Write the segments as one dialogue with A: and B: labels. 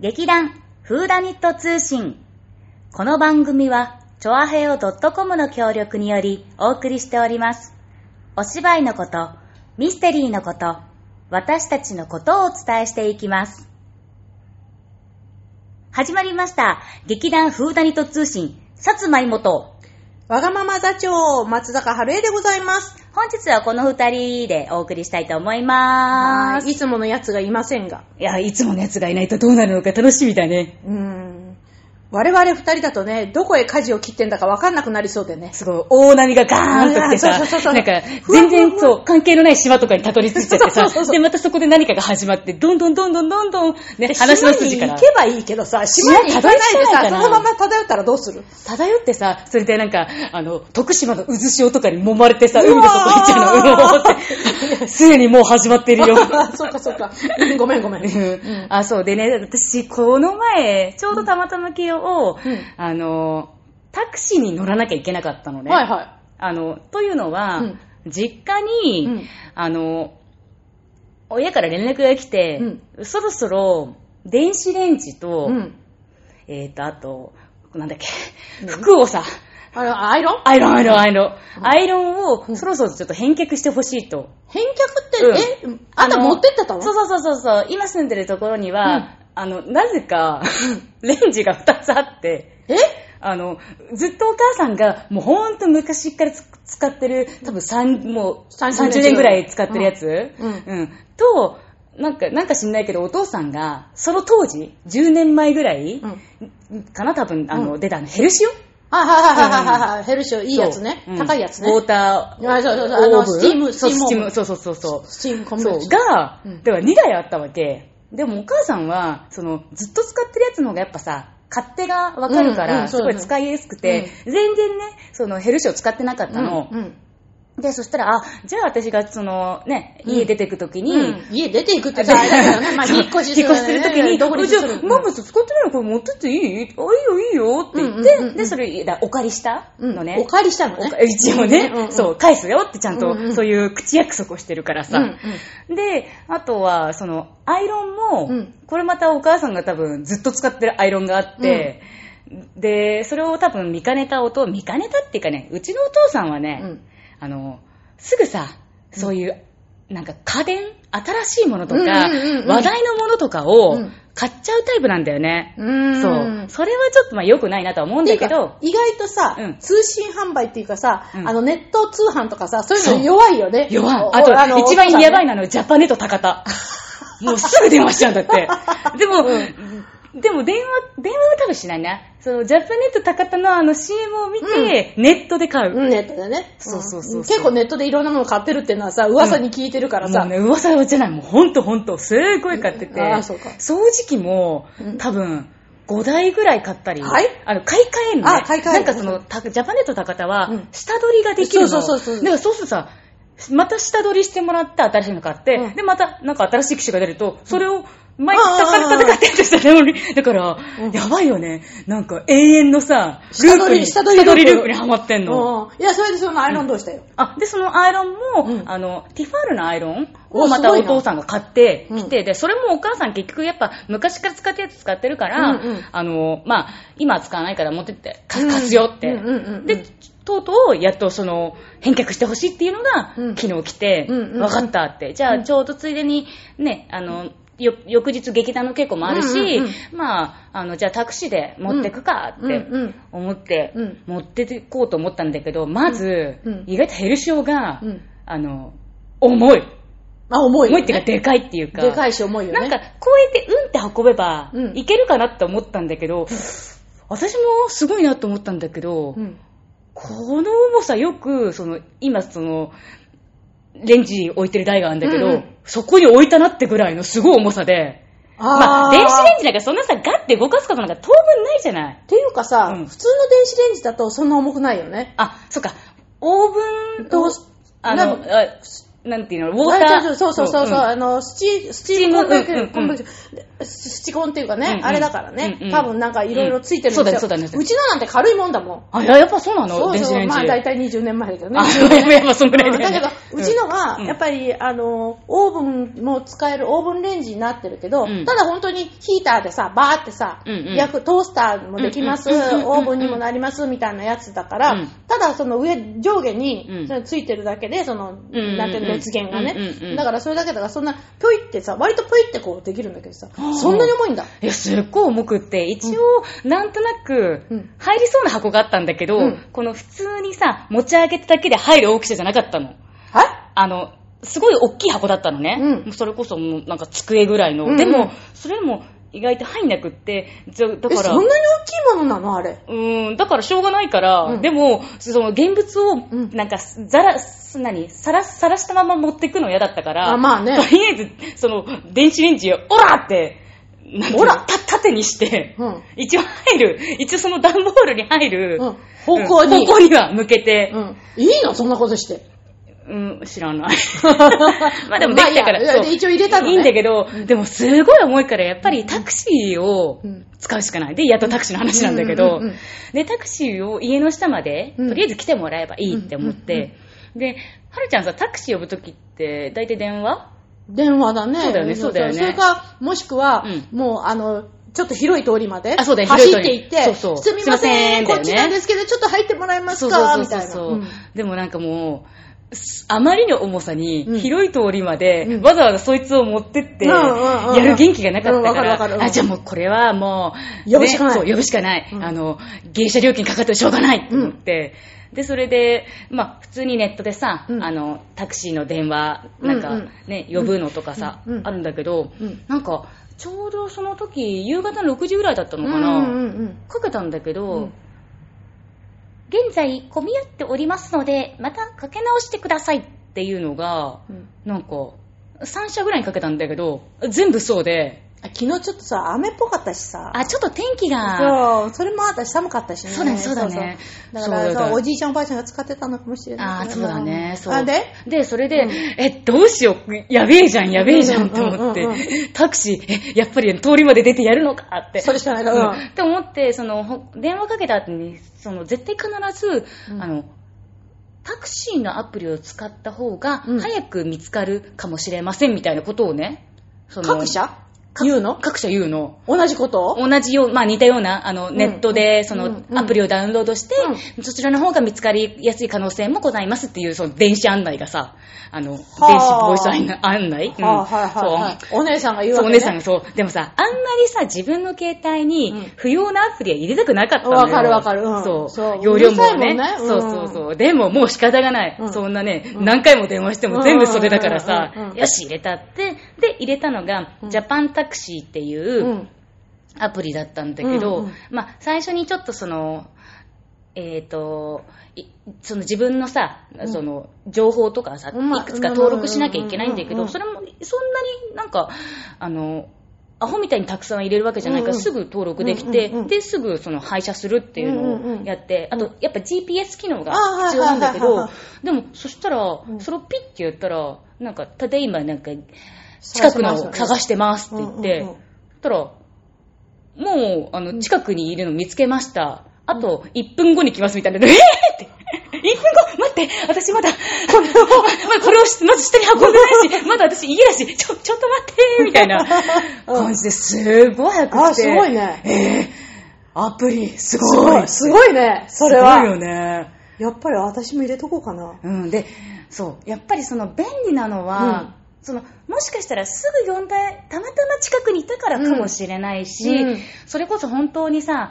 A: 劇団フーダニット通信。この番組は、チョアヘオ .com の協力によりお送りしております。お芝居のこと、ミステリーのこと、私たちのことをお伝えしていきます。始まりました。劇団フーダニット通信、さつまいもと。
B: わがまま座長、松坂春江でございます。
A: 本日はこの二人でお送りしたいと思いま
B: は
A: す。
B: いいつものやつがいませんが。
A: いや、いつものやつがいないとどうなるのか楽しみだね。
B: うーん。我々二人だとね、どこへ舵を切ってんだかわかんなくなりそうでね。
A: すごい、大波がガーンと来て
B: あそうそうそうそ
A: さ、
B: う
A: なんか、
B: ふわふわ
A: 全然そう、関係のない島とかにたどり着いちゃって
B: そうそうそう
A: さ、
B: そう
A: で、またそこで何かが始まって、どんどんどんどんどんどん、ね、
B: で
A: 話の筋から
B: 島に行。けばいいけどさ、島に行かないで
A: 島漂っちゃうか
B: さ、そ
A: ら
B: のまま漂ったらどうする
A: 漂ってさ、それでなんか、あの、徳島の渦潮とかに揉まれてさ、海の底行っちゃう
B: うわ
A: の、
B: ー
A: うおー って。すでにもう始まってるよ。
B: そうかそうか。ごめんごめん。
A: うんあ、そうでね、私、この前、ちょうどたまたま系を、
B: うん
A: あの、タクシーに乗らなきゃいけなかったのね。
B: はいは
A: あの、というのは、
B: うん
A: 実家に、
B: うん
A: あの、親から連絡が来て、そろそろ、電子レンジ
B: い。
A: と、
B: うん。
A: えっ、と、あと、なんだっけ、
B: うん
A: 服をさ、
B: あの、アイロン
A: アイロン、アイロン、アイロン。アイロン
B: う
A: を、
B: ん
A: そろそろちょっと返却してほしいと。
B: 返却って、え、あんた持ってってたの
A: そうそうそうそうそう。今住んでるところには、
B: うん
A: あの、なぜか、 レンジが2つあって、
B: え
A: あの、ずっとお母さんが、もうほんと昔っからつ使ってる、多分三もう
B: 30年
A: 30年ぐらい使ってるやつ、
B: うん
A: うんと、なんか、なんか知んないけど、お父さんが、その当時、10年前ぐらい、
B: うん。
A: かな、多分、あの、
B: う
A: 出たの、ヘルシオ
B: あ、はいはいはいはいはい。ヘルシオ、いいやつね
A: そう。うん
B: 高いやつね。
A: ウォーター、
B: あそうそうそうあの
A: オーブン
B: スチーム
A: そう、ス
B: ス
A: チ
B: チ
A: ー
B: ー
A: ム、
B: ム
A: そうそうそうそう。
B: スチームコンビネ
A: そ
B: ー
A: う、
B: ション
A: が、
B: うん
A: では2台あったわけ。でもお母さんは、その、ずっと使ってるやつの方がやっぱさ、勝手がわかるか
B: うんう
A: ら、
B: ん
A: す
B: そう
A: ご
B: だね
A: い使いやすくて、全然ね、そのヘルシオ使ってなかったの
B: う。んうん
A: で、そしたら、あ、じゃあ私がその、ね、
B: うん
A: 家出てくときに、
B: うん家出ていくって 大変だよね。 まあ、
A: そう
B: 引っ越し
A: 引っ越しするときに、
B: 独立
A: じゃ
B: す
A: あ
B: る。
A: ママ使ってないのこれ持ってっていいあ、いいよいいよって言っ
B: うんうんうんう
A: て、
B: ん
A: で、それ、だお借りした
B: うん
A: のね。
B: お借りしたの
A: お
B: ね
A: か。一応ね、
B: うんうん
A: そう、返すよってちゃんと、
B: うんうん
A: そういう口約束をしてるからさ。
B: うん
A: で、あとは、その、アイロンも、
B: うん
A: これまたお母さんが多分ずっと使ってるアイロンがあって、で、それを多分見かねた音、見かねたっていうかね、うちのお父さんはね、
B: うん
A: あの、すぐさ、そういう、なんか家電新しいものとか、
B: うんうんうんうん
A: 話題のものとかを
B: うん
A: 買っちゃうタイプなんだよね。
B: うん。う
A: そ
B: ん
A: う。それはちょっとまあ良くないなとは思うん
B: ってい
A: だ
B: う
A: けど
B: か、、意外とさ、
A: うん
B: 通信販売っていうかさ、
A: うん
B: あのネット通販とかさ、そういう
A: そう
B: の弱いよね。
A: 弱い。
B: お
A: あと、
B: あの
A: 一番やばい
B: い。
A: なのはジャパネット高 田。もうすぐ電話しちゃうんだって。でも、でも電話、電話は多分しないな。そのジャパネット高田のあの CM を見て、ネットで買う。
B: うん、ネットでね。
A: そうそうそうそうん
B: 結構ネットでいろんなもの買ってるっていうのはさ、噂に聞いてるからさ。
A: もうね、噂じゃない。もうほんとほんと、すごい買ってて。
B: うんあーそうか
A: 掃除機も
B: う、ん
A: 多分、5台ぐらい買ったり、
B: はい
A: あの、買い替えんの、ね。
B: あ買い替える
A: なんかその、たジャパネット高田は
B: うん、
A: 下取りができるの。
B: そうそうそうそう
A: だからそうするとさ、また下取りしてもらって新しいの買って、
B: うん
A: で、また、なんか新しい機種が出ると、それを、毎回高田で買ってってさ、なのに だから、
B: うん
A: やばいよね。なんか永遠のさ、ル
B: 下
A: ープ
B: 取
A: に、
B: り下取りループ
A: ループにハマってんの。
B: うんいや、それでそのアイロンどうしたよ。
A: あ、で、そのアイロンも、
B: うん
A: あの、ティファールのアイロン
B: お
A: をまた
B: すご
A: お
B: いな
A: 父さんが買ってきて、で、それもお母さん結局やっぱ昔から使ってるやつ使ってるから、
B: うんうん
A: あの、まあ、今は使わないから持ってって、か
B: うん
A: 活用って。
B: うんうんうんうん
A: で、とうとうやっとその、返却してほしいっていうのが、
B: うん
A: 昨日来て、
B: うんうんうん
A: 分かったって。じゃあ、ちょうどついでに、ね、あの、よ翌日劇団の稽古もあるし、
B: うんうん
A: まあ、あの、じゃあタクシーで持ってくかって、
B: うんうん
A: 思って
B: うん
A: 持っていこうと思ったんだけど、まず、
B: うんうん
A: 意外とヘルシオが、
B: うん
A: あの、重い。
B: あ、重いよ、
A: 重
B: ね。
A: いっていうか、でかいっていうか。
B: でかいし重いよね。
A: なんか、こうやって、うんって運べば
B: う、ん
A: いけるかなって思ったんだけど、私もすごいなと思ったんだけど、
B: うん、
A: この重さよく、その、今、その、レンジに置いてる台があるんだけど、
B: うんうん
A: そこに置いたなってぐらいのすごい重さで、まあ、
B: ー
A: 電子レンジなんかそんなさ、ガッて動かすことなんか当分ないじゃない。
B: っていうかさ、
A: うん
B: 普通の電子レンジだとそんな重くないよね。
A: あ、そっか。オーブン
B: トー
A: と
B: ス、
A: あ
B: な
A: の、あなんていうの、ウォータ
B: あ
A: ー。
B: そうそうそうそう、
A: ん
B: あの、スチ、スチームコンベクコンベクススチコンっていうかね、
A: うんうん
B: あれだからね、
A: うんうん
B: 多分なんかいろいろついてるんですよ、
A: うんそうだねそうだね
B: うちのなんて軽いもんだもん。
A: あ、いややっぱそうなの
B: そう
A: 電子
B: そう、
A: レンジ。
B: まあ大体20年前だけどね。
A: あ、やっぱやっぱそんぐらい
B: うん
A: だ
B: だ
A: よ
B: け
A: ね
B: ど、うちのは、
A: うん
B: やっぱり、あの、オーブンも使えるオーブンレンジになってるけど、
A: うん
B: ただ本当にヒーターでさ、バーってさ、
A: うんうん
B: 焼くトースターもできます、
A: うんうんうんうん
B: オーブンにもなります、みたいなやつだから、
A: うん
B: ただその上、上下に、
A: うん
B: それついてるだけで、その、
A: うんうん
B: なんていうの熱源がね、
A: うんうんうん
B: だからそれだけだから、そんな、ぴょいってさ、割とぴょいってこうできるんだけどさ、そんなに重いんだ。
A: いや、すっごい重くって、一応、なんとなく
B: うん、
A: 入りそうな箱があったんだけど、
B: うん
A: この普通にさ、持ち上げただけで入る大きさじゃなかったの。
B: はい
A: あの、すごい大きい箱だったのね。
B: うん
A: もうそれこそもうなんか机ぐらいの。
B: うんうん
A: でも、それも意外と入んなくって、じゃだ
B: え、
A: から、
B: そんなに大きいものなのあれ。
A: うーん、だからしょうがないから、
B: うん
A: でも、その現物を
B: うん、
A: なんか、ざら、す何さら、さらしたまま持ってくの嫌だったから、
B: あまあね
A: とりあえず、その、電子レンジ、オラって、なんていうの
B: オラ
A: た縦にして、
B: うん。
A: 一応入る、一応その段ボールに入る、
B: うん方向に
A: うん方向には向けて
B: う、ん。いいのそんなことして。
A: うん、知ら ない。 まあでもできたか
B: まあいいや
A: ら、
B: で一応入れたのね
A: いいんだけど、でもすごい重いから、やっぱりタクシーを
B: うん
A: 使うしかない。で、やっとタクシーの話なんだけど
B: うんうんうんうん、
A: で、タクシーを家の下まで、
B: うん
A: とりあえず来てもらえばいいって思っ
B: うんうん
A: て、で、はるちゃんさ、タクシー呼ぶときって、大体電話
B: 電話だね。
A: そうだよねそうだよね
B: それか、もしくは、
A: う
B: もう、あの、ちょっと広い通りまで、
A: あそうだよ
B: 走っ
A: 広い通り
B: て行って、
A: そうそう
B: すみませ
A: すいません
B: ん、
A: だ
B: こ
A: よ
B: っ
A: ね
B: ちなんですけど、ちょっと入ってもらえます
A: そ
B: か、
A: う
B: み
A: そう
B: た
A: そうそう
B: いな。うん
A: でもなんかもう、すあまりの重さ
B: うん
A: に、広い通りまで、
B: うん
A: わざわざそいつを持ってって、
B: うんうんうんうん
A: やる元気がなかったか、
B: うんわかるわからる
A: あ、じゃあもうこれはもう、
B: 呼ぶしかない
A: ねそう、呼ぶしかない。
B: うん
A: あの、芸者料金かかってもしょうがないと思って、で、それで、まあ、普通にネットでさ、
B: うん
A: あの、タクシーの電話、なん
B: う
A: か
B: んうん
A: ね、呼ぶのとかさ、
B: うんうん
A: あるんだけど、
B: うん
A: なんか、ちょうどその時、夕方の6時ぐらいだったの
B: うん
A: かな。
B: うんうん
A: かけたんだけど、
B: うん
A: 現在混み合っておりますのでまたかけ直してくださいっていうのが
B: うん
A: なんか3社ぐらいにかけたんだけど全部そうで
B: あ昨日ちょっとさ、雨っぽかったしさ。
A: あちょっと天気が
B: そう、それもあったし、寒かったしね。
A: そうだねそうだね
B: そうそうだから
A: そうだ
B: さ
A: ね
B: おじいちゃんおばあちゃんが使ってたのかもしれない。
A: あーそうだねそう
B: あ、で
A: でそれで、
B: うん
A: えどうしようやべえじゃんやべえじゃんと思っ
B: うんうんう
A: てタクシーえやっぱり通りまで出てやるのかって
B: それしかないか
A: うん
B: ら。
A: って思って、その、ほ電話かけた後に、その、絶対必ず、
B: うん
A: あの、タクシーのアプリを使った方が
B: うん、
A: 早く見つかるかもしれません、みたいなことをね、その
B: 各社言うの
A: 各社言うの。
B: 同じこと
A: 同じよう、まあ似たような、あの、
B: ん
A: ネットで、そ
B: うん
A: の
B: う、ん
A: アプリをダウンロードして、そちらの方が見つかりやすい可能性もございますっていう、その、電子案内がさ、あの、電子ボイス案内案内うん
B: はあはいはいはいお姉さんが言う
A: そ
B: わ
A: う、
B: け
A: お姉
B: ね
A: さんがそう。でもさ、あんまりさ、自分の携帯
B: うん
A: に不要なアプリは入れたくなかったのよ。
B: わかるわかるうん
A: そう。
B: そう
A: 容量もね
B: うるさいもんねうん
A: そうそうそう。でももう仕方がない。
B: うん
A: そんなね、
B: うん
A: 何回も電話しても全部それだからさ、
B: うんうんうんうん
A: よし、入れたって。で、入れたのが、
B: うん
A: ジャパンタクシーっていう、
B: うん。
A: アプリだったんだけど、
B: うんうん
A: まあ、最初にちょっとその、えっ、と、いその自分のさ、
B: ん
A: その、情報とかさ、
B: うんまあ
A: いくつか登録しなきゃいけないんだけ
B: うんうんう
A: ど、
B: んうん
A: それも、そんなになんか、あの、アホみたいにたくさん入れるわけじゃないから、
B: うんうん
A: すぐ登録できて、
B: うんうんうん
A: で、すぐその廃車するっていうのをやって、あと、やっぱ GPS 機能が
B: あはい
A: 必要なんだけ
B: はいはいは
A: ど
B: いは、
A: でも、そしたら
B: う、ん
A: それをピッてやったら、なんか、ただいまなんか、近くのを探してますって言って、
B: うんうんうん
A: そしたら、もう、あの、近くにいるの見つけました。あと、1分後に来ますみたいな。えぇ、って。1分後待って私 まだ、これを、まだこれをしまず下に運んでないし、まだ私家だし、ちょ、ちょっと待ってみたいな感じですごい早くて。
B: あ、すごい。ね。
A: えぇ、アプリ、す
B: す
A: ご
B: ご
A: い。
B: い、すごいね、それ
A: すごいよ
B: は。
A: ね。
B: やっぱり私も入れとこうかな。
A: うん、で、そう、やっぱりその便利なのは、
B: うん
A: そのもしかしたらすぐ呼んだたまたま近くにいたからかもしれないし、
B: うんうん
A: それこそ本当にさ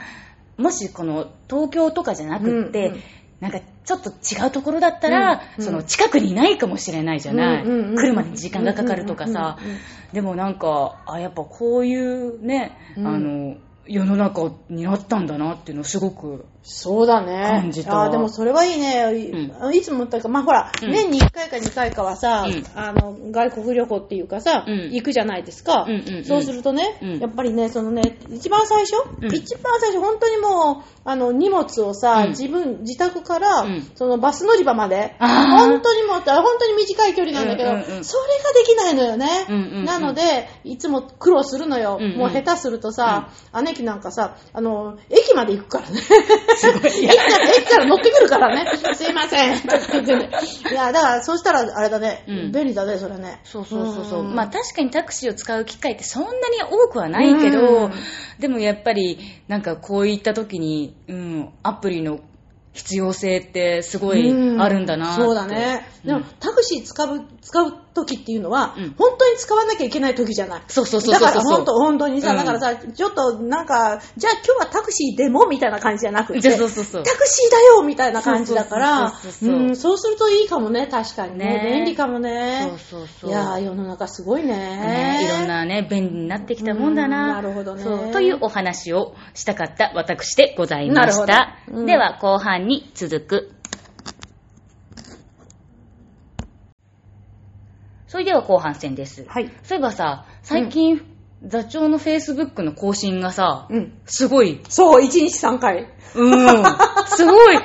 A: もしこの東京とかじゃなくって、
B: うんうん
A: なんかちょっと違うところだったら、
B: うんうん
A: その近くにいないかもしれないじゃない、
B: うんうんうん
A: 来るまでに時間がかかるとかさ、
B: うんうんうんうん
A: でもなんかあやっぱこういうね、
B: うん
A: あの世の中になったんだなっていうのをすごく、
B: そうだね。
A: 感じた
B: あーでもそれはいいね。い,、
A: う
B: つもったか、まあほら、
A: うん
B: 年に1回か2回かはさ、
A: うん
B: あの、外国旅行っていうかさ、
A: うん
B: 行くじゃないですか。
A: うんうんうん
B: そうするとね、
A: うん
B: やっぱりね、そのね、一番最初、
A: うん
B: 一番最初、本当にもう、あの、荷物をさ、
A: うん
B: 自分、自宅から、
A: うん
B: そのバス乗り場まで、
A: あー
B: 本当にもう、本当に短い距離なんだけど、
A: うんうんうん
B: それができないのよね。
A: うんうんうん
B: なので、いつも苦労するのよ。
A: うんうん
B: もう下手するとさ、姉貴なんかさ、あの、駅まで行くからね。
A: すごい。いや
B: 駅から、駅から乗ってくるからね。すいま せん。とか言ってね。いや、だから、そうしたら、あれだね、
A: うん
B: 便利だね、それね。
A: そうそうそうそう。
B: ん
A: まあ確かにタクシーを使う機会ってそんなに多くはないけど、
B: うん
A: でもやっぱりなんかこういった時に、うん、アプリの必要性ってすごい
B: うん
A: あるんだなって。
B: そうだね。
A: うん
B: でも、タクシー使う、使う時っていうのは、
A: うん
B: 本当に使わなきゃいけない時じゃない。
A: そうそうそう
B: だ
A: そう
B: か
A: そ
B: ら
A: う。
B: 本当、本当にさ、
A: うん
B: だからさ、ちょっとなんか、じゃあ今日はタクシーでもみたいな感じじゃなくて、
A: じゃあ そうそうそう
B: タクシーだよみたいな感じだから
A: そうそう、そう
B: う
A: そうん
B: そうするといいかもね、確かにね。
A: ね
B: 便利かもね。
A: そうそうそう。
B: いやー、世の中すごいね
A: ね、いろんなね、便利になってきたもんだな。
B: うんなるほどね
A: そうというお話をしたかった私でございまし
B: な
A: た
B: る。ほどうん
A: では、後半に続く。それでは後半戦です。
B: はい。
A: そういえばさ、最近、座長の Facebook の更新がさ、
B: うん。
A: すご い、
B: そう、1日3回。
A: うん、すごい、わ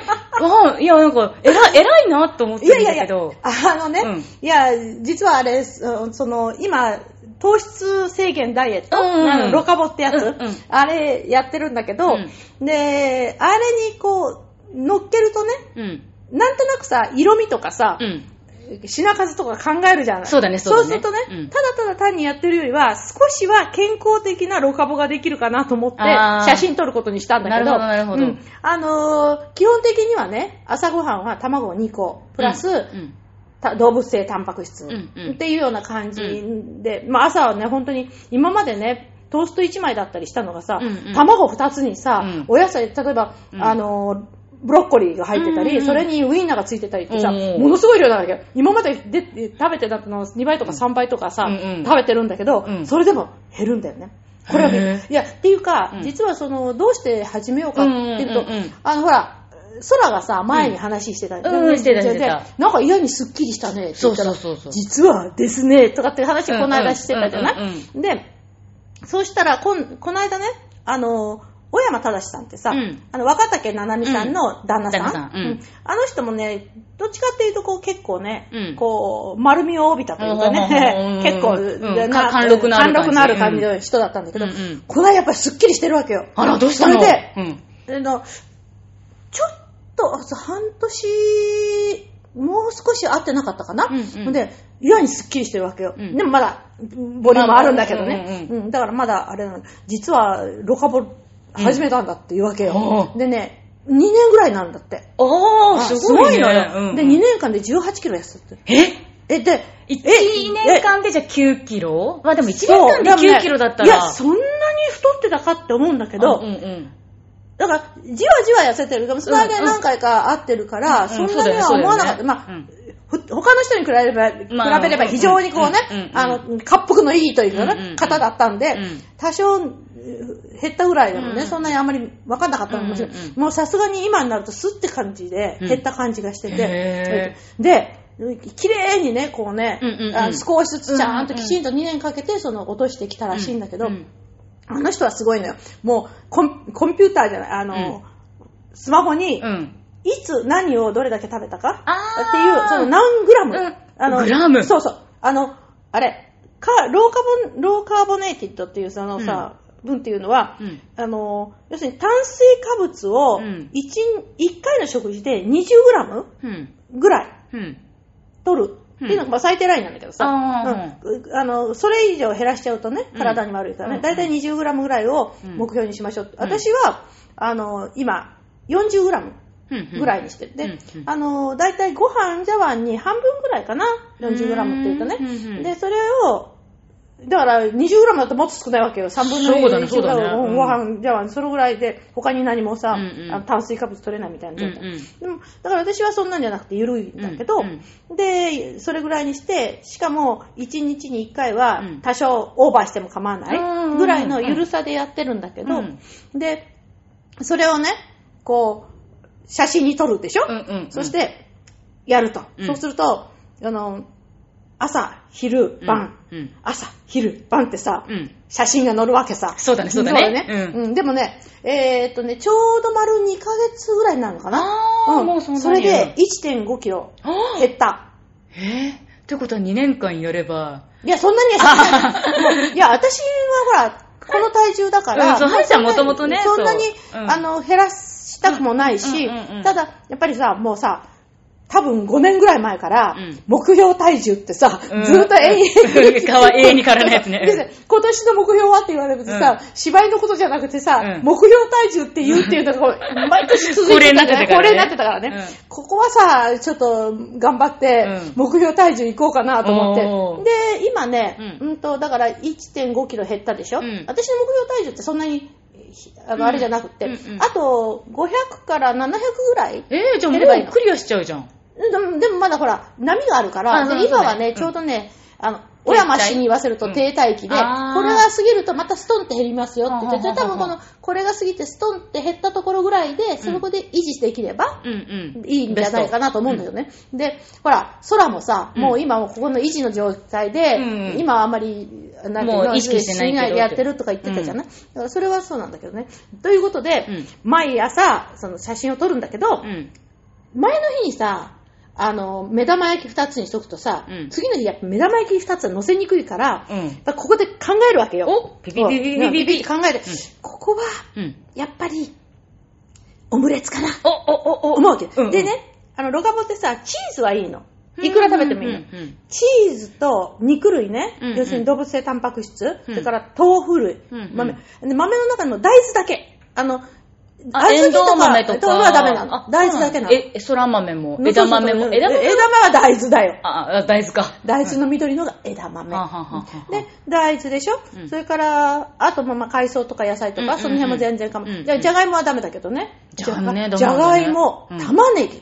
A: あいや、なんか、偉い、偉いなと思って
B: いや
A: る
B: い
A: ん
B: や
A: だ
B: いや
A: けど、、
B: あのね、
A: うん
B: いや、実はあれ、そその、今、糖質制限ダイエット、
A: うんうん
B: あのロカボってやつ、
A: うんうん
B: あれやってるんだけど、
A: う
B: で、あれにこう、乗っけるとね、
A: うん、
B: なんとなくさ、色味とかさ、
A: うん、
B: 品数とか考えるじゃない
A: そうだねそうだね
B: するとね、
A: うん
B: ただただ単にやってるよりは、少しは健康的なロカボができるかなと思って、
A: あー
B: 写真撮ることにしたんだけど、
A: なるほどなるほど
B: うんあのー基本的にはね、朝ごはんは卵2個、プラス、
A: うん、
B: た動物性タンパク質
A: うんうん
B: っていうような感じで、まあ、朝はね、本当に今までね、トースト1枚だったりしたのがさ、
A: うんうん
B: 卵2つにさ、
A: うん
B: お野菜、例えば、
A: うん
B: あのー、ブロッコリーが入ってたり、
A: うんうん
B: それにウインナーがついてたりってさ、
A: うん
B: ものすごい量なんだけど、今までで食べてたの2倍とか3倍とかさ、
A: うんうん
B: 食べてるんだけど、
A: うん
B: それでも減るんだよね。これは
A: へ
B: ね
A: ー、
B: いや、っていうか、
A: うん
B: 実はその、どうして始めようかっていうと、
A: うんうんうんうん
B: あの、ほら、空がさ、前に話してた、
A: うんうんしてたしてた
B: なんか嫌にすっきりしたねって言ったら、
A: そうそうそうそう
B: 実はですね、とかって話をこの間してたじゃない、
A: うんうんうん
B: で、そうしたらこん、この間ね、あの、小山正さんってさ、
A: うん
B: あの、若竹七海さんの旦那さん,、
A: うん旦那さんうん
B: あの人もね、どっちかっていうとこう結構ね、
A: うん
B: こう、丸みを帯びたというか
A: うんうんうんう
B: ね、
A: ん
B: 結構、
A: うんか貫禄のある感じ
B: 貫禄のある感じの人だったんだけど、
A: うんうん
B: この間やっぱりすっきりしてるわけよ。
A: あら、どうしたの
B: それで、
A: うん
B: あの、ちょっと、あそう半年、もう少し会ってなかったかな。
A: うんうん
B: ほで、嫌にすっきりしてるわけよ。
A: うん
B: でもまだ、ボリュームあるんだけどね。
A: ま
B: うんだからまだ、あれなの。実は、ロカボ始めたんだっていうわけよ。
A: うん
B: でね、2年ぐらいなんだって。
A: おー、すごいね。
B: のよ、
A: うん
B: で、2年間で18キロ痩せたって。
A: え
B: え、で、
A: 1
B: え
A: 年間でじゃあ9キロまあでも1年間
B: そう
A: で
B: もね
A: 9キロだったら。
B: いや、そんなに太ってたかって思うんだけど、
A: うんうん
B: だから、じわじわ痩せてる。でも、それはね、
A: うんうん
B: 何回か会ってるから、
A: うん。
B: そんなには思わなかった。まあ、ふ他の人に比べれば、
A: まあ
B: 比べれば非常にこうね、
A: うんうんうん
B: あの、滑腹のいいというかね、
A: うんうんうん
B: 方だったんで、
A: うん
B: 多少う減ったぐらいでもね、
A: うん
B: そんなにあんまり分かんなかったの
A: う
B: も、
A: んうんうん
B: もうさすがに今になるとスッて感じで、
A: うん
B: 減った感じがしてて
A: へ、
B: で、綺麗にね、こうね、
A: うんうんうん
B: あの少しずつちゃんときちんと2年かけて、その、落としてきたらしいんだけど、あの人はすごいのよ。もうコン、コンピューターじゃない、あの、スマホに、
A: うん。
B: いつ何をどれだけ食べたか
A: あー
B: っていう、その何グラム。
A: うん
B: あの
A: グラム
B: そうそう。あの、あれ、カローカボン、ローカーボネイティッドっていうそのさ、分っていうのは、
A: うん
B: あの、要するに炭水化物を
A: うん
B: 一一回の食事で20グラム
A: うん。
B: ぐら
A: う
B: い
A: ん。
B: 取る。
A: うん
B: っていうのがまあ最低ラインなんだけどさ、
A: あ
B: うんあのそれ以上減らしちゃうとね
A: うん
B: 体に悪いからね、
A: うん
B: だいたい 20g ぐらいを
A: うん
B: 目標にしましょう、
A: うん
B: 私はあの今 40g
A: うん。
B: ぐらいにしてる。で、
A: うんうん
B: あの、だいたいご飯茶碗に半分ぐらいかな。40g っていうとね。
A: うんうんうん
B: で、それを、だから 20g だともっと少ないわけよ。3分の
A: そうだね
B: 1
A: そうだねうん
B: ご飯、じゃあそれぐらいで、他に何もさ、
A: うんうん
B: あの炭水化物取れないみたいな状態。
A: うんうん
B: でもだから私はそんなんじゃなくて緩いんだけど、
A: うん
B: で、それぐらいにして、しかも1日に1回は
A: うん
B: 多少オーバーしても構わ
A: うんうん
B: な
A: うん
B: いぐらいの緩さでやってるんだけど、
A: うん
B: で、それをね、こう、写真に撮るでしょ、
A: うんうんうん
B: そして、やると。
A: うん
B: そうすると、あの、朝、昼、晩、
A: うんうん
B: 朝、昼、晩ってさ、
A: うん
B: 写真が載るわけさ。
A: そうだねそうだねうん
B: うんでもね、えーっとね、ちょうど丸2ヶ月ぐらいになるのかな。
A: あーもうそんなに
B: れで1.5キロ
A: あー
B: 減った。
A: えー、ってことは2年間やれば、
B: いや、そんなにはしない もう。いや、私はほら、この体重だから、
A: うんそう
B: まあ
A: ハチちゃん元々ね
B: そんなに、
A: そううん
B: あの、減らしたくもないし、
A: うんうんうん
B: ただ、やっぱりさ、もうさ、多分5年ぐらい前から
A: うん、
B: 目標体重ってさ、
A: うん
B: ずーっと永遠に。
A: かわ永遠に変わらないやつね
B: でね今年の目標はって言われるとさ、芝居のことじゃなくてさ、
A: うん
B: 目標体重って言うっていうのがこ う、毎年続いてた
A: 恒
B: 恒
A: 例
B: 例
A: に
B: に
A: な
B: な
A: っ
B: っ
A: たか
B: ててたからら
A: ね
B: ね。ここはさ、ちょっと頑張って
A: うん、
B: 目標体重いこうかなと思
A: おー
B: って。で、今ね、
A: う
B: うんと、だから1.5キロ減ったでしょ、
A: うん
B: 私の目標体重ってそんなに、ひあ
A: うん
B: の、あれじゃなくて、
A: うんうん
B: あと500から700ぐらい
A: えー、じゃあも
B: やればいいうの
A: クリアしちゃうじゃん。
B: うんでもまだほら、波があるか
A: あ
B: ら、
A: そう
B: で
A: そう
B: 今は
A: そう
B: ね、
A: ね
B: ちょうどね、あの、小山氏に言わせると停滞期で、こ
A: うん
B: れ
A: あー
B: が過ぎるとまたストンって減りますよって言って、
A: ほうほう
B: 多
A: ほうほう
B: 分この、これが過ぎてストンって減ったところぐらいで、そこで維持できれば、
A: うんうん。
B: いいんじゃないかなと思うんだよね。で、ほら、空もさ、
A: うん
B: もう今もここの維持の状態で、
A: うん
B: 今はあんまり、なんていう
A: もう
B: の
A: 意識してないけど
B: しでやってるとか言ってたじゃない、だからそれはそうなんだけどね。ということで、
A: うん
B: 毎朝、その写真を撮るんだけど、
A: うん。
B: 前の日にさ、あの、目玉焼き2つにしとくとさ、
A: うん
B: 次の日やっぱ目玉焼き2つは乗せにくいから、
A: う
B: や
A: ん
B: っ。ぱここで考えるわけよ。
A: おピピピピピピピ
B: うんピピ考えて、ここは、
A: うん。
B: やっぱり、オムレツかな、
A: お、お、お、お、
B: 思うわけ。
A: うんうん
B: でね、あの、ロガボってさ、チーズはいいの。いくら食べてもいいの。
A: うんうんうん
B: チーズと肉類ね、
A: うんうん
B: 要するに動物性タンパク質、
A: うん
B: それから豆腐類、
A: うんうん
B: 豆で豆の中にも大豆だけ。あの、
A: あ、エンドウ豆とか。
B: 豆はダメな
A: あ
B: の。大豆だけなの。
A: え、えそら豆も、枝豆も、
B: そうそうそう
A: 枝豆
B: 枝豆は大豆だよ。
A: あ、あ大豆か。
B: 大豆の緑のが枝豆。
A: はあはあはあ
B: で、大豆でしょ、
A: うん
B: それから、あとまあまあ海藻とか野菜とか、
A: うんうんうん
B: その辺も全然かも。
A: うんうん
B: じゃあ、じゃがいもはダメだけどね。
A: じゃがいもね
B: じゃ
A: ダメだ
B: が
A: ね
B: いも、
A: うん
B: 玉ねぎ。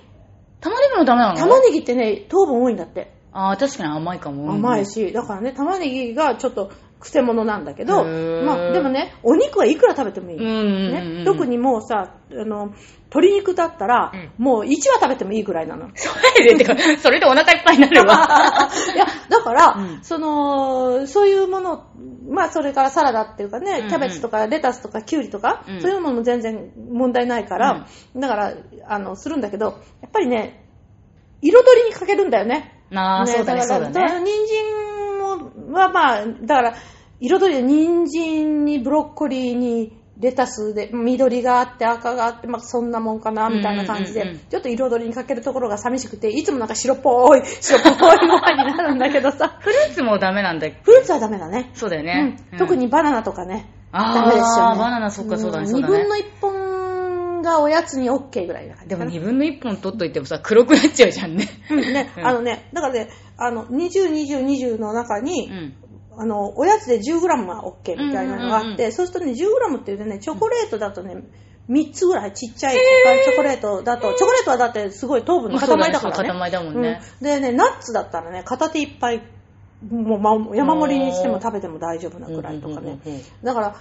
A: 玉ねぎもダメなの
B: 玉ねぎってね、糖分多いんだって。
A: あー、確かに甘いかも。
B: 甘いし、だからね、玉ねぎがちょっと、くせ者なんだけ
A: へ
B: ど、
A: ー
B: まあ、でもね、お肉はいくら食べてもいい。
A: うんうんうんうん
B: ね、特にもうさ、あの、鶏肉だったら、もう1羽食べてもいいぐらいなの。
A: それで、てかそれでお腹いっぱいになるわ。
B: いや、だから、
A: うん
B: その、そういうもの、まあ、それからサラダっていうかね、
A: うんうん
B: キャベツとかレタスとかキュウリとか、
A: うん
B: そういうものも全然問題ないから、だから、あの、するんだけど、やっぱりね、彩りに欠けるんだよね。
A: なあ、そうだね、そうだ
B: から
A: ね。
B: 人参もはまあ、だから、彩りで人参にブロッコリーにレタスで、緑があって赤があって、まあそんなもんかな、みたいな感じ
A: うんうんうん
B: で
A: うん、、
B: ちょっと彩りにかけるところが寂しくて、いつもなんか白っぽい、白っぽいご飯になるんだけどさ
A: フルーツもダメなんだっけ
B: フルーツはダメだね。
A: そうだよ
B: うん
A: ね。うん
B: 特にバナナとかね、
A: あー
B: ダメですよね。
A: バナナそっかそうだね
B: ん
A: そうだね
B: 二分の一本がおやつに OK ぐらいだから。
A: でも2分の1本取っといてもさ、黒くなっちゃうじゃんね。
B: ね、
A: うん
B: あのね、だからね、あの、20、20、20の中
A: う
B: に、
A: ん。
B: あの、おやつで 10g は OK みたいなのがあ
A: う
B: って、
A: んうんう
B: そうするとね、10g っていうとね、チョコレートだとね、3つぐらいちっちゃい赤いチョコレートだと、チョコレートはだってすごい糖分の塊だ
A: そう
B: か
A: だね
B: らね。
A: 塊だもんね
B: うんでね、ナッツだったらね、片手いっぱい、もうま山盛りにしても食べても大丈夫なくらいとかね
A: うんうんうんうん。
B: だから、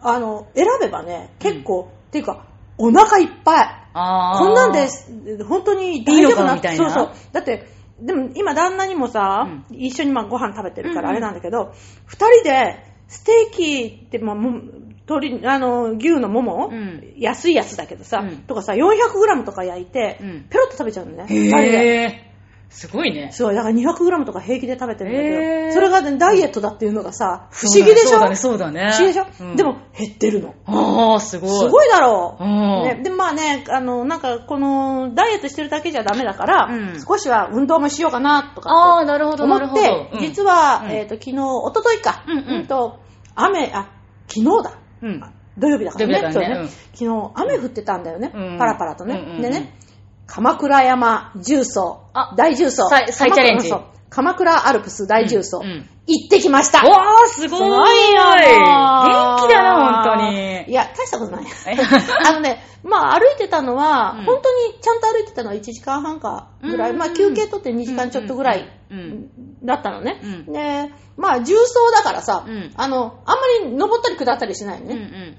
B: あの、選べばね、結構、っていうか、お腹いっぱい。
A: あー
B: こんなんで。す本当に大丈夫なって
A: いいのかみたい
B: そ
A: な
B: うそうだってでも今旦那にもさ、
A: う
B: 一緒にまあご飯食べてる
A: う
B: か
A: んうん
B: らあれなんだけど、二人でステーキって、まあ、も鶏あの牛のもも、
A: うん
B: 安いやつだけどさ、
A: うん
B: とかさ 400g とか焼いて、
A: うん
B: ペロッと食べちゃうのね二人で。
A: へえ。すごいね。
B: そうだから 200g とか平気で食べてるんだけ
A: へー
B: どそれが、ね、ダイエットだっていうのがさ不思議でし
A: そ
B: ょ
A: うだね、そうだね。
B: 不思議でしょ、
A: うん
B: でも減ってるの
A: ああ、すごい。
B: すごいだろう。
A: うん
B: ね、で、まあね、あの、なんか、この、ダイエットしてるだけじゃダメだから、
A: うん
B: 少しは運動もしようかな、と
A: あ
B: か
A: あ、なるほ
B: って
A: ど、
B: 思
A: なる
B: っ
A: ほど
B: て。、
A: うん
B: 実は、
A: うん
B: えっ、と、昨日、一昨日か、
A: うんうん
B: と、雨、あ、昨日だ。
A: うん。
B: 土曜日だから
A: 土
B: ね。
A: 曜日だからね
B: そうね昨日、雨降ってたんだよね。
A: うん
B: パラパラとね、
A: うんうんうん
B: でね、鎌倉山重曹
A: あ、
B: 大重曹。
A: 再再チャレンジ
B: 鎌倉そう鎌倉アルプス大重
A: う
B: 曹、
A: んうん
B: 行ってきました。
A: わー、すごい元気だな、本当
B: い
A: に。
B: や、大したことない。
A: え
B: あのね、まあ歩いてたのは、
A: うん
B: 本当にちゃんと歩いてたのは1時間半かぐら
A: う
B: い、
A: ん
B: まあ休憩取って2時間ちょっとぐらい
A: うんうん
B: だったのね。
A: うん
B: で、まあ重曹だからさ、
A: うん
B: あの、あんまり登ったり下ったりしないの
A: うんう
B: ね。
A: ん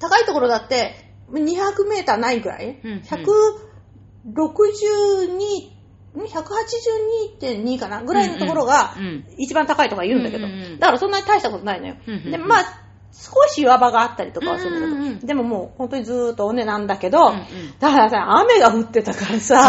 B: 高いところだって200メーターないぐらい、
A: うんうん
B: 162、182.2かなぐらいのところが
A: うんうん
B: 一番高いとか言うんだけど、
A: うんうんうん
B: だからそんなに大したことないのよ。
A: うんうんうん
B: で、まあ、少し岩場があったりとかはするんだけど、
A: うんうんうん
B: でももう本当にずーっと尾根なんだけど、
A: うんうん
B: だからさ、雨が降ってたから
A: そ
B: さ、
A: うだよ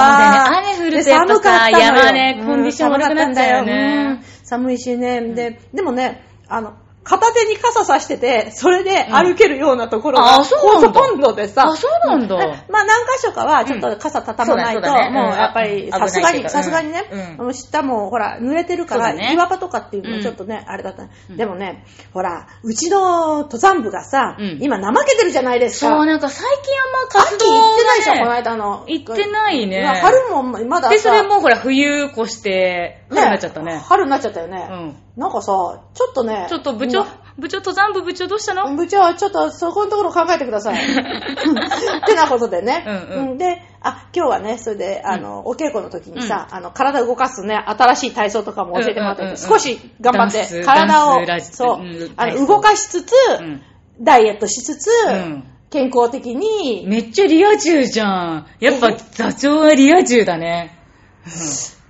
A: ね雨降るとやっぱさ
B: で寒かったのよ
A: 山ねコンディション
B: うん
A: 悪くなっちゃうよね
B: 寒かったんだようん寒いしね、で、でもね、あの、片手に傘さしてて、それで歩けるようなところが、
A: あそうなんだ
B: ほとんどでさ、
A: あそうなんだ
B: えまあ何箇所かはちょっと傘畳まないと、
A: うんそうだねそうだね
B: もうやっぱ
A: う
B: り
A: ん
B: さすが
A: 危
B: に、
A: ないっていうか
B: さすがにね、
A: うん
B: あの下もほら、濡れてるか
A: そ
B: ら、
A: うだね
B: 岩場とかっていうの
A: う
B: は
A: ん
B: ちょっとね、あれだったね、
A: うん
B: でもね、ほら、うちの登山部がさ、
A: うん
B: 今怠けてるじゃないですか。
A: そう、なんか最近あんま
B: 秋
A: 活
B: 行っ
A: 動
B: て
A: がね
B: ないじゃん、この間の。
A: 行ってないね
B: 春もまださ
A: で、それもほら、冬越して、
B: ね
A: 春になっちゃったね。
B: 春になっちゃったよ
A: う
B: ね。
A: ん。
B: なんかさ、ちょっとね。
A: ちょっと部長
B: 今、
A: 部長、登山部部長どうしたの
B: 部長、ちょっとそこのところ考えてくださ い。ってなことでね。
A: うんうん
B: で、あ、今日はね、それで、あの、お稽古の時にさ、あの、体動かすね、新しい体操とかも教えてもらって、
A: うんうんうんうん
B: 少し頑張っ
A: ダンス
B: て、体
A: ダン
B: を
A: スラ、ジ
B: そう
A: うん、
B: あ
A: 体操
B: の、動かしつつ、
A: うん
B: ダイエットしつつ、
A: うん
B: 健康的に、
A: めっちゃリア充じゃん。やっぱ、座長はリア充だね。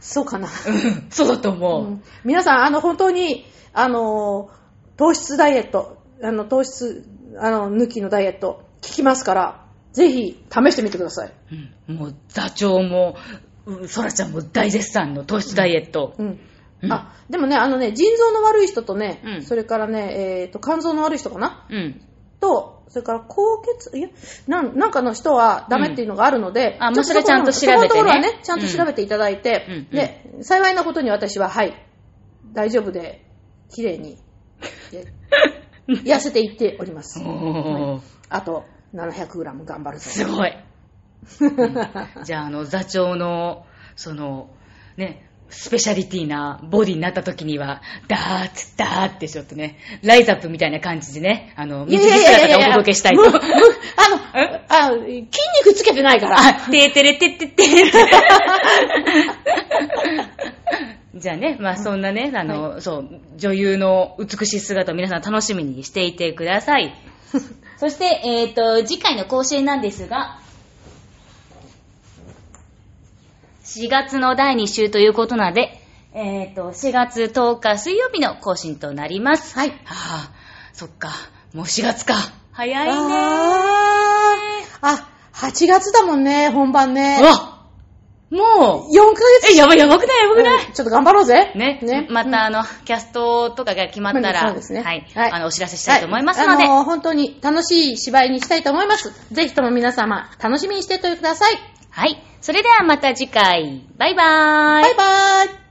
B: そうかな。
A: うんそうだと
B: う
A: 思
B: ん皆さん、あの、本当に、あのー、糖質ダイエット、あの、糖質、あの、抜きのダイエット、効きますから、ぜひ、試してみてください。
A: う。うんもう、座長も、うんそらちゃんも大絶賛の糖質ダイエット。
B: うん。
A: うん
B: あ、でもね、あのね、腎臓の悪い人とね、
A: うん
B: それからね、えっ、と、肝臓の悪い人かな
A: うん。
B: と、それから高血、いや、なん、なんかの人はダメっていうのがあるので、
A: うんあ
B: ょっ
A: もうそれちゃんと調べてね
B: そこのところはね、ちゃんと調べていただいて、
A: うんうん
B: で、幸いなことに私は、はい、大丈夫で、綺麗に、 で痩せていっております。
A: おー
B: あと 700g 頑張る
A: す
B: ぞ。
A: ごい。じゃあ、あの、座長の、その、ね、スペシャリティなボディになった時には、ダーッ、ダーッってちょっとね、ライズアップみたいな感じでね、あの、道姿がお届けしたい
B: もうもう
A: と。
B: あの、あ筋肉つけてないから。
A: あ、てーてれてってってって。じゃあね、まあそんなね、あの、そう、女優の美しい姿を皆さん楽しみにしていてください。 そして、えっ、と、次回の更新なんですが、4月の第2週ということなので、えっ、と、4月10日水曜日の更新となります。はい。はあ、そっか、もう4月か。早いね。
B: あーあ、8月だもんね、本番ね
A: う。わもう、
B: 4ヶ月
A: え、やばい、やばくない、やばくない
B: うん。ちょっと頑張ろうぜ。
A: ね、ま
B: うん
A: た、あの、キャストとかが決まった
B: まあ
A: ら、
B: そうですね
A: はい、
B: はい
A: あの、お知らせしたいと思いますの
B: は
A: で、
B: いあの本当に楽しい芝居にしたいと思います。ぜひとも皆様、楽しみにしててください。
A: はい。それではまた次回、バイバーイ。
B: バイバーイ。